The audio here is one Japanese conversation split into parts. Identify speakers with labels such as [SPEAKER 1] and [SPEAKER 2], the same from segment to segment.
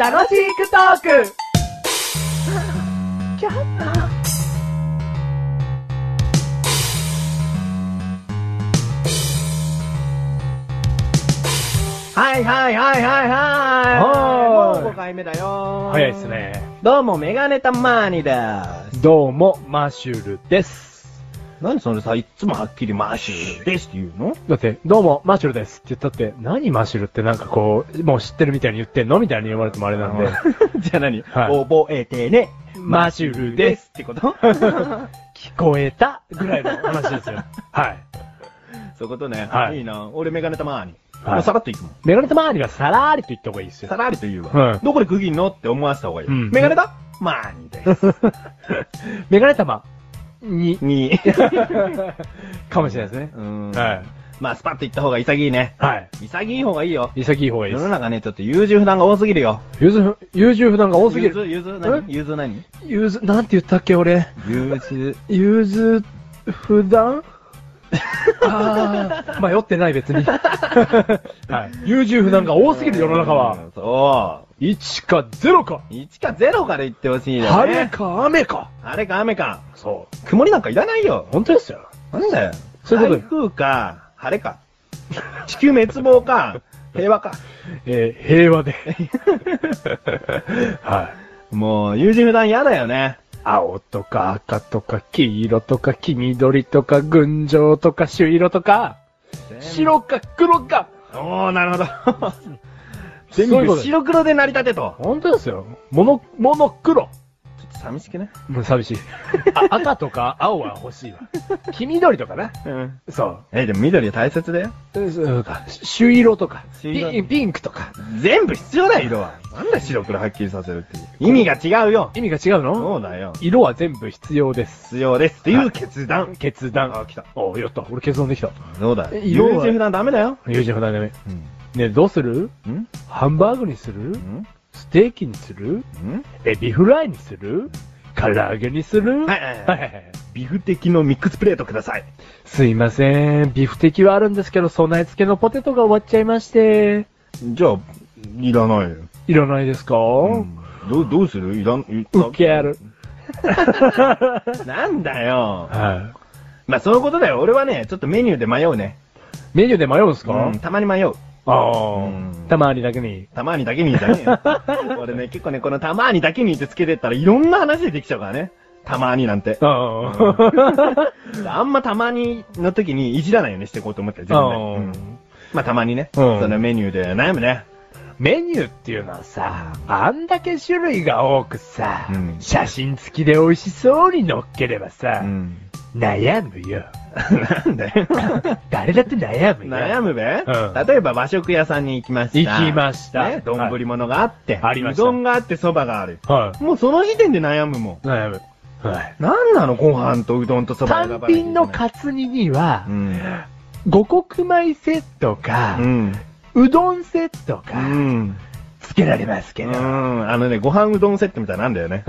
[SPEAKER 1] 楽しくトークはいはいはいはいはい
[SPEAKER 2] はーい
[SPEAKER 1] もう5回目だよー
[SPEAKER 2] 早いですね。
[SPEAKER 1] どうもメガネたまーにです
[SPEAKER 2] どうも、マシュルです。
[SPEAKER 1] 何それさいつもはっきりマッシュですって言うの
[SPEAKER 2] だって、どうも、マシュルですって言ったって、何マシュルってなんかこう、もう知ってるみたいに言ってんのみたいに言われてもあれなんで、
[SPEAKER 1] じゃあ何、
[SPEAKER 2] はい
[SPEAKER 1] 覚えてね
[SPEAKER 2] マシュルです
[SPEAKER 1] ってこと
[SPEAKER 2] 聞こえたぐらいの話ですよ。はい。
[SPEAKER 1] そういうことね。
[SPEAKER 2] はい
[SPEAKER 1] いな。俺メガネたまーに。
[SPEAKER 2] はい
[SPEAKER 1] もうさらっと行くもん。
[SPEAKER 2] メガネとマーニはさらーりと言った方がいいです
[SPEAKER 1] さ
[SPEAKER 2] よ。
[SPEAKER 1] らりと言うわ。
[SPEAKER 2] はい
[SPEAKER 1] どこで区切んのって思わせた方がいい。
[SPEAKER 2] うん
[SPEAKER 1] メガネだまーに です。
[SPEAKER 2] メガネ玉 に、
[SPEAKER 1] に。
[SPEAKER 2] かもしれないですね。
[SPEAKER 1] うん。
[SPEAKER 2] はい。
[SPEAKER 1] まあ、スパッと言った方が潔いね。
[SPEAKER 2] はい。
[SPEAKER 1] 潔い方がいいよ。
[SPEAKER 2] 潔い方がいい
[SPEAKER 1] 世
[SPEAKER 2] で
[SPEAKER 1] の中ね、ちょっと優柔不断が多すぎるよ。
[SPEAKER 2] す。融通不、優柔不断が多すぎる。
[SPEAKER 1] 融通、融通何融通何
[SPEAKER 2] 融通、なんて言ったっけ俺。
[SPEAKER 1] 融通。
[SPEAKER 2] 融通、不断 ああ、迷ってない別に。 はい。優柔不断が多すぎる世の中は。。
[SPEAKER 1] そ
[SPEAKER 2] 1か0か。
[SPEAKER 1] う。1か0から言ってほしいよね。
[SPEAKER 2] 晴れ。か雨か。
[SPEAKER 1] 晴れか雨か。
[SPEAKER 2] そう。
[SPEAKER 1] 曇りなんかいらないよ。
[SPEAKER 2] 本当ですよ。
[SPEAKER 1] なんだよ。
[SPEAKER 2] そういうこと
[SPEAKER 1] 台風か、晴れか。地球滅亡か、平和か。
[SPEAKER 2] えー平和で。 はい。
[SPEAKER 1] もう、優柔不断嫌だよね。
[SPEAKER 2] 青とか赤とか黄色とか黄緑とか群青とか朱色とか、白か黒か。
[SPEAKER 1] おー、なるほど。
[SPEAKER 2] そう
[SPEAKER 1] 全
[SPEAKER 2] いうこと
[SPEAKER 1] 部
[SPEAKER 2] です
[SPEAKER 1] 白黒で成り立てと。
[SPEAKER 2] 本当ですよ。モノ、モノ黒。
[SPEAKER 1] ちょっと寂しくね。
[SPEAKER 2] もう寂しい。あ赤とか青は欲しいわ。黄緑とかね。
[SPEAKER 1] うん。
[SPEAKER 2] そう。
[SPEAKER 1] え、でも緑は大切だよ。
[SPEAKER 2] そうか。朱色とか、
[SPEAKER 1] 朱色
[SPEAKER 2] ピンピンクとか。
[SPEAKER 1] 全部必要だよ、色は。なんだ白黒はっきりさせるっていう。意味が違うよ。
[SPEAKER 2] 意味が違うの
[SPEAKER 1] そうだよ。
[SPEAKER 2] 色は全部必要です。
[SPEAKER 1] 必要ですっていう決断。
[SPEAKER 2] 決断。
[SPEAKER 1] あ、来た。
[SPEAKER 2] おうやった。俺決断できた。
[SPEAKER 1] そうだ。
[SPEAKER 2] え
[SPEAKER 1] 優
[SPEAKER 2] 色は
[SPEAKER 1] 柔不断ダメだよ。
[SPEAKER 2] 友人不断だね。
[SPEAKER 1] うん。
[SPEAKER 2] ねえどうする
[SPEAKER 1] ん
[SPEAKER 2] ハンバーグにする
[SPEAKER 1] ん
[SPEAKER 2] ステーキにする
[SPEAKER 1] ん
[SPEAKER 2] エビフライにする唐揚げにす
[SPEAKER 1] はいは
[SPEAKER 2] る
[SPEAKER 1] いはい
[SPEAKER 2] はいはい。
[SPEAKER 1] ビフ的のミックスプレートください。
[SPEAKER 2] すいません。ビフテキはあるんですけど、備え付けのポテトが終わっちゃいまして。
[SPEAKER 1] じゃあ、いらないよ。
[SPEAKER 2] いらないですか、
[SPEAKER 1] うんどう、どうするいらん、い
[SPEAKER 2] 受けある。
[SPEAKER 1] なんだよ。
[SPEAKER 2] は
[SPEAKER 1] まあ、そういうことだよ。俺はね、ちょっとメニューで迷うね。
[SPEAKER 2] い。メニューで迷うんですか、
[SPEAKER 1] うん、たまに迷う。
[SPEAKER 2] あ
[SPEAKER 1] うん
[SPEAKER 2] あ。たまにだけに。
[SPEAKER 1] たまにだけにじゃねえ よ。俺ね、結構ね、このたまにだけにってつけてったらいろんな話でできちゃうからね。たまになんて。
[SPEAKER 2] あ
[SPEAKER 1] あんまたまにの時にいじらないようにしていこうと思って、自分で。
[SPEAKER 2] あー
[SPEAKER 1] うんまあ、たまにね、
[SPEAKER 2] うん
[SPEAKER 1] そのメニューで悩むね。
[SPEAKER 2] メニューっていうのはさ、あんだけ種類が多くさ、
[SPEAKER 1] うん
[SPEAKER 2] 写真付きで美味しそうに乗っければさ、
[SPEAKER 1] ん。
[SPEAKER 2] 悩むよ。
[SPEAKER 1] なんだよ。
[SPEAKER 2] 誰だって悩むよ。
[SPEAKER 1] 悩むべ、
[SPEAKER 2] うん
[SPEAKER 1] 例えば和食屋さんに行きました。
[SPEAKER 2] 行きました
[SPEAKER 1] ね、丼物があって、
[SPEAKER 2] はいありました
[SPEAKER 1] うどんがあって蕎麦がある。
[SPEAKER 2] は
[SPEAKER 1] もうその時点で悩むもん。
[SPEAKER 2] い。悩む。はい。
[SPEAKER 1] なんなのご飯とうどんと蕎麦選ばなきゃい
[SPEAKER 2] 単
[SPEAKER 1] けない
[SPEAKER 2] 品のカツ煮には
[SPEAKER 1] う、ん。
[SPEAKER 2] 五穀米セットか
[SPEAKER 1] う、ん。
[SPEAKER 2] うどんセット
[SPEAKER 1] う
[SPEAKER 2] か、
[SPEAKER 1] ん。
[SPEAKER 2] 付けられますけ
[SPEAKER 1] う
[SPEAKER 2] ど。
[SPEAKER 1] ん。あのね、ご飯うどんセットみたいなんだよね。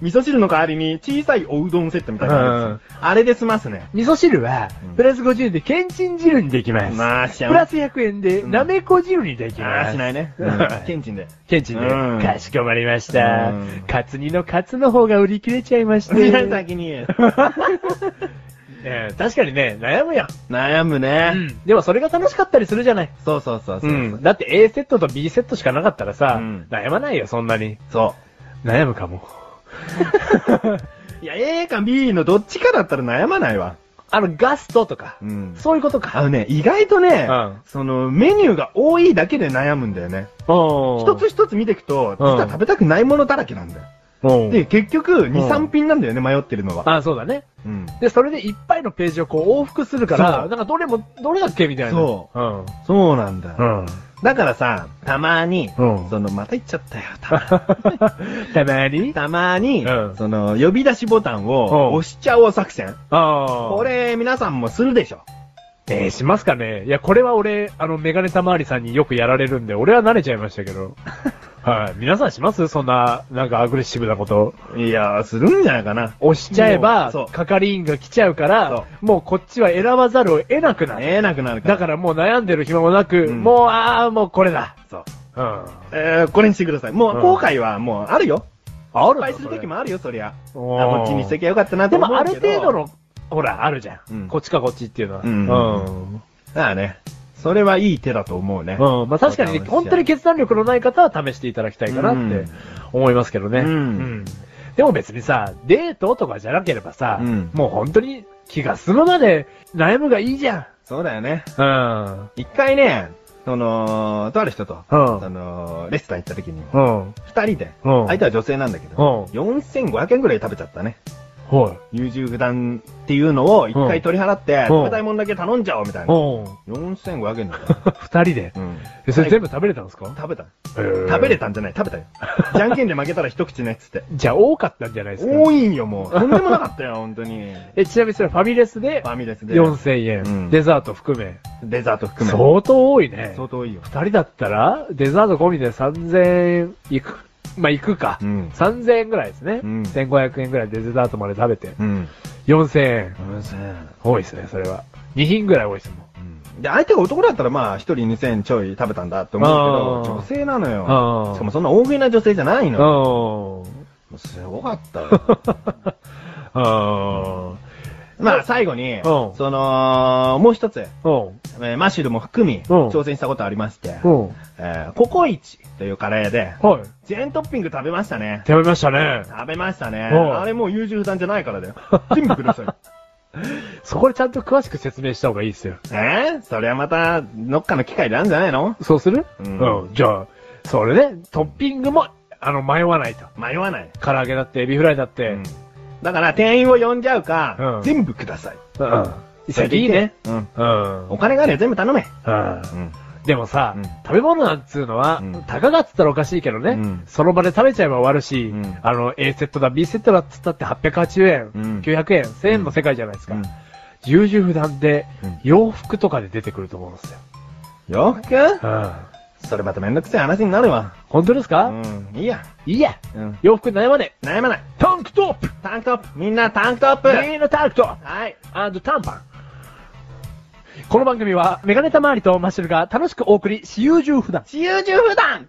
[SPEAKER 1] 味噌汁の代わりに小さいおうどんセットみたいなやつ。あれで済ますね。
[SPEAKER 2] 味噌汁は
[SPEAKER 1] うん、
[SPEAKER 2] プラス50円でけんちん汁にできます。
[SPEAKER 1] まあ、しちゃう。
[SPEAKER 2] プラス100円で、
[SPEAKER 1] うん
[SPEAKER 2] なめこ汁にでき
[SPEAKER 1] あ
[SPEAKER 2] ま
[SPEAKER 1] ー
[SPEAKER 2] す。
[SPEAKER 1] しないね。
[SPEAKER 2] うん
[SPEAKER 1] ケンチンで。
[SPEAKER 2] ケンチンで、
[SPEAKER 1] うん
[SPEAKER 2] かしこまりました。
[SPEAKER 1] うん
[SPEAKER 2] カツ煮のカツの方が売り切れちゃいました。
[SPEAKER 1] みんな先 に言え。
[SPEAKER 2] ええ確かにね、悩むよ、
[SPEAKER 1] 悩むね。
[SPEAKER 2] でもそれが楽しかったりするじゃない。
[SPEAKER 1] そうそうそうそう。
[SPEAKER 2] だって A セットと B セットしかなかったらさ、
[SPEAKER 1] うん
[SPEAKER 2] 悩まないよ、そんなに。
[SPEAKER 1] そ
[SPEAKER 2] 悩むかも。
[SPEAKER 1] う。いや、A か B のどっちかだったら悩まないわ。
[SPEAKER 2] あの、ガストとか、
[SPEAKER 1] うん
[SPEAKER 2] そういうこと
[SPEAKER 1] あ
[SPEAKER 2] か。
[SPEAKER 1] のね、意外とね、
[SPEAKER 2] うん
[SPEAKER 1] その、メニューが多いだけで悩むんだよね。一
[SPEAKER 2] 一
[SPEAKER 1] つ、一つ見ていくと、実
[SPEAKER 2] うん
[SPEAKER 1] は食べたくないものだらけなんだよ。で、
[SPEAKER 2] で、
[SPEAKER 1] 結局、2、
[SPEAKER 2] うん
[SPEAKER 1] 3品なんだよね、迷ってるのは。
[SPEAKER 2] あ、そうだね。
[SPEAKER 1] うん。
[SPEAKER 2] で、それでいっぱいのページをこう往復するから、
[SPEAKER 1] そう
[SPEAKER 2] なんかどれも、どれだっけみたいな。。
[SPEAKER 1] そう
[SPEAKER 2] うん。
[SPEAKER 1] そうなんだ。
[SPEAKER 2] うん。
[SPEAKER 1] だからさ、たまに、
[SPEAKER 2] うん
[SPEAKER 1] その、また言っちゃったよ、たまに。
[SPEAKER 2] たまに
[SPEAKER 1] たまに、
[SPEAKER 2] うん
[SPEAKER 1] その、呼び出しボタンを
[SPEAKER 2] うん
[SPEAKER 1] 押しちゃおう作戦。
[SPEAKER 2] ああ。
[SPEAKER 1] これ、皆さんもするでしょ。
[SPEAKER 2] えー、します かねいや、これは俺、あの、メガネたまわりさんによくやられるんで、俺は慣れちゃいましたけど。はい。皆さんしますそんな、なんかアグレッシブなこと。
[SPEAKER 1] いやー、するんじゃないかな。
[SPEAKER 2] 押しちゃえ
[SPEAKER 1] もう
[SPEAKER 2] ば
[SPEAKER 1] そう、
[SPEAKER 2] 係員が来ちゃうから
[SPEAKER 1] そ、
[SPEAKER 2] もうこっちは選ばざるを得なくなる。
[SPEAKER 1] ええなくなるから。
[SPEAKER 2] だからもう悩んでる暇もなく、
[SPEAKER 1] うん
[SPEAKER 2] もう、ああ、もうこれだ。
[SPEAKER 1] ら、そう。
[SPEAKER 2] うん。
[SPEAKER 1] えー、これにしてください。も
[SPEAKER 2] うん
[SPEAKER 1] う、後悔はもうあるよ。
[SPEAKER 2] あ
[SPEAKER 1] 失敗する時もあるよ、そりゃ。あ、
[SPEAKER 2] あ
[SPEAKER 1] もう気にしときゃよかったなと
[SPEAKER 2] で
[SPEAKER 1] 思うけ
[SPEAKER 2] もあ
[SPEAKER 1] ど。
[SPEAKER 2] る程度。の、ほら、あるじゃん。
[SPEAKER 1] うん
[SPEAKER 2] こっちかこっちっていうのは。
[SPEAKER 1] うん
[SPEAKER 2] うん。
[SPEAKER 1] だからね。それはいい手だと思うね。
[SPEAKER 2] うん。まあ確かにね、
[SPEAKER 1] そう
[SPEAKER 2] 本当に決断力のない方は試していただきたいかなっ
[SPEAKER 1] う
[SPEAKER 2] て
[SPEAKER 1] ん
[SPEAKER 2] 思いますけどね。
[SPEAKER 1] うん
[SPEAKER 2] でも別にさ、デートとかじゃなければさ、
[SPEAKER 1] うん
[SPEAKER 2] もう本当に気が済むまで悩むがいいじゃ
[SPEAKER 1] そうだよね。
[SPEAKER 2] ん。うん。
[SPEAKER 1] 一回ね、その、とある人と、
[SPEAKER 2] うん
[SPEAKER 1] その、レストラン行った時に、
[SPEAKER 2] うん。
[SPEAKER 1] 二人で、
[SPEAKER 2] うん
[SPEAKER 1] 相手は女性なんだけど、
[SPEAKER 2] うん
[SPEAKER 1] 4500円ぐらい食べちゃったね。
[SPEAKER 2] はい。
[SPEAKER 1] 優柔不断っていうのを一回取り払って、
[SPEAKER 2] うん
[SPEAKER 1] 冷たいもんだけ頼んじゃおうみたいな。
[SPEAKER 2] うん。
[SPEAKER 1] 4500円だから。
[SPEAKER 2] 二人で
[SPEAKER 1] う。ん。
[SPEAKER 2] えそれ全部食べれたんですか
[SPEAKER 1] 食べた。
[SPEAKER 2] 食
[SPEAKER 1] 食べれたんじゃない食べたよ。じゃんけんで負けたら一口ね、つって。
[SPEAKER 2] じゃあ多かったんじゃないですか。
[SPEAKER 1] 多いんよ、もう。とんでもなかったよ、本当に。
[SPEAKER 2] え、ちなみにそれファミレスで
[SPEAKER 1] ファミレスで。
[SPEAKER 2] 4000円、
[SPEAKER 1] うん
[SPEAKER 2] デザート含め。
[SPEAKER 1] デザート含め。
[SPEAKER 2] 相当多いね。
[SPEAKER 1] 相当多いよ。
[SPEAKER 2] 二人だったら、デザート込みで3000円いく、まあ、いくか。
[SPEAKER 1] うん。
[SPEAKER 2] 3000円ぐらいですね。
[SPEAKER 1] うん
[SPEAKER 2] 1500円ぐらいでデザートまで食べて。
[SPEAKER 1] うん。
[SPEAKER 2] 4000円。
[SPEAKER 1] 4000
[SPEAKER 2] 多いですね、それは。2品ぐらい多いですもん。
[SPEAKER 1] で、相手が男だったらまあ、一人2000ちょい食べたんだって思うけ
[SPEAKER 2] あ
[SPEAKER 1] ど、
[SPEAKER 2] ー
[SPEAKER 1] 女性なの
[SPEAKER 2] あー
[SPEAKER 1] よ。しかもそんな大食いな女性じゃないのよ。
[SPEAKER 2] うん。
[SPEAKER 1] もうすごかったよ。
[SPEAKER 2] うん。
[SPEAKER 1] まあ、最後に、
[SPEAKER 2] うん
[SPEAKER 1] その、もう一つ、え
[SPEAKER 2] うん。
[SPEAKER 1] ーマシュルも含み、
[SPEAKER 2] うん
[SPEAKER 1] 挑戦したことありまして、
[SPEAKER 2] うん。
[SPEAKER 1] えーココイチというカレーで、
[SPEAKER 2] はい。
[SPEAKER 1] 全トッピング食べましたね。
[SPEAKER 2] 食べましたね。
[SPEAKER 1] 食べましたね。
[SPEAKER 2] うん
[SPEAKER 1] あれもう優柔不断じゃないからだよ。全部ください。
[SPEAKER 2] そこでちゃんと詳しく説明した方がいいですよ。
[SPEAKER 1] えー、それはまた、どっかの機会なんじゃないの
[SPEAKER 2] そうする
[SPEAKER 1] うん
[SPEAKER 2] うん。じゃあ、それね、トッピングも、あの、迷わないと。
[SPEAKER 1] 迷わない。
[SPEAKER 2] 唐揚げだって、エビフライだって。
[SPEAKER 1] うんだから、店員を呼んじゃうか、
[SPEAKER 2] うん
[SPEAKER 1] 全部ください。
[SPEAKER 2] うん。潔いね。。
[SPEAKER 1] うん。
[SPEAKER 2] うん。
[SPEAKER 1] お金があれば全部頼め。
[SPEAKER 2] うん。
[SPEAKER 1] ん。
[SPEAKER 2] でもさ、
[SPEAKER 1] うん
[SPEAKER 2] 食べ物なんつうのは、
[SPEAKER 1] うん
[SPEAKER 2] たかがっつったらおかしいけどね、
[SPEAKER 1] うん
[SPEAKER 2] その場で食べちゃえば終わるし、
[SPEAKER 1] うん
[SPEAKER 2] あの、A セットだ、B セットだっつったって880円、
[SPEAKER 1] うん
[SPEAKER 2] 900円、1000円の世界じゃないですか。
[SPEAKER 1] うん
[SPEAKER 2] 優柔不断で
[SPEAKER 1] うん、
[SPEAKER 2] 洋服とかで出てくると思うんですよ。
[SPEAKER 1] 洋服
[SPEAKER 2] うん。
[SPEAKER 1] それまためんどくせえ話になるわ。
[SPEAKER 2] 本当ですか、
[SPEAKER 1] うん。いいや。
[SPEAKER 2] いいや
[SPEAKER 1] うん。
[SPEAKER 2] 洋服悩まねえ
[SPEAKER 1] 悩まない。
[SPEAKER 2] タンクトップ
[SPEAKER 1] タンクトップみんなタンクトップ
[SPEAKER 2] メインのタンクトップ
[SPEAKER 1] はい。
[SPEAKER 2] アンド短パンこの番組は、メガネタ周りとマッシュルが楽しくお送り、私有重不断。
[SPEAKER 1] 私有中普段